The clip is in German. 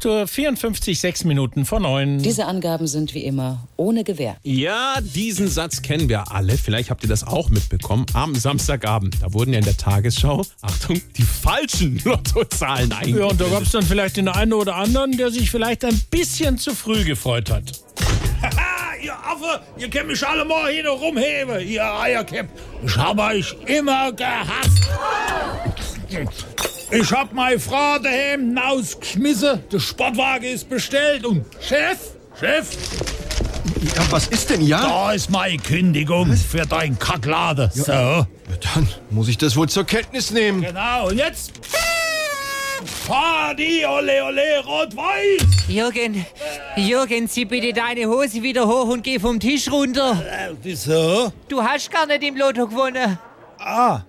8.54 Uhr, 6 Minuten vor 9. Diese Angaben sind wie immer ohne Gewähr. Ja, diesen Satz kennen wir alle. Vielleicht habt ihr das auch mitbekommen. Am Samstagabend, da wurden ja in der Tagesschau, Achtung, die falschen Lottozahlen Ja, eingeblendet. und da gab es dann vielleicht den einen oder anderen, der sich vielleicht ein bisschen zu früh gefreut hat. Haha, Ah, ihr Affe, ihr könnt mich alle mal hier noch rumheben, ihr Eierkäpp. Ich hab euch immer gehasst. Ich hab meine Frau daheim rausgeschmissen, der Sportwagen ist bestellt und Chef, Chef, Ja, was ist denn ja? da ist meine Kündigung für dein Kackladen. So. ja? Dann muss ich das wohl zur Kenntnis nehmen. Genau, und jetzt. Party, ole, ole, rot-weiß. Jürgen, Jürgen, zieh bitte deine Hose wieder hoch und geh vom Tisch runter. Wieso? Du hast gar nicht im Lotto gewonnen. Ah,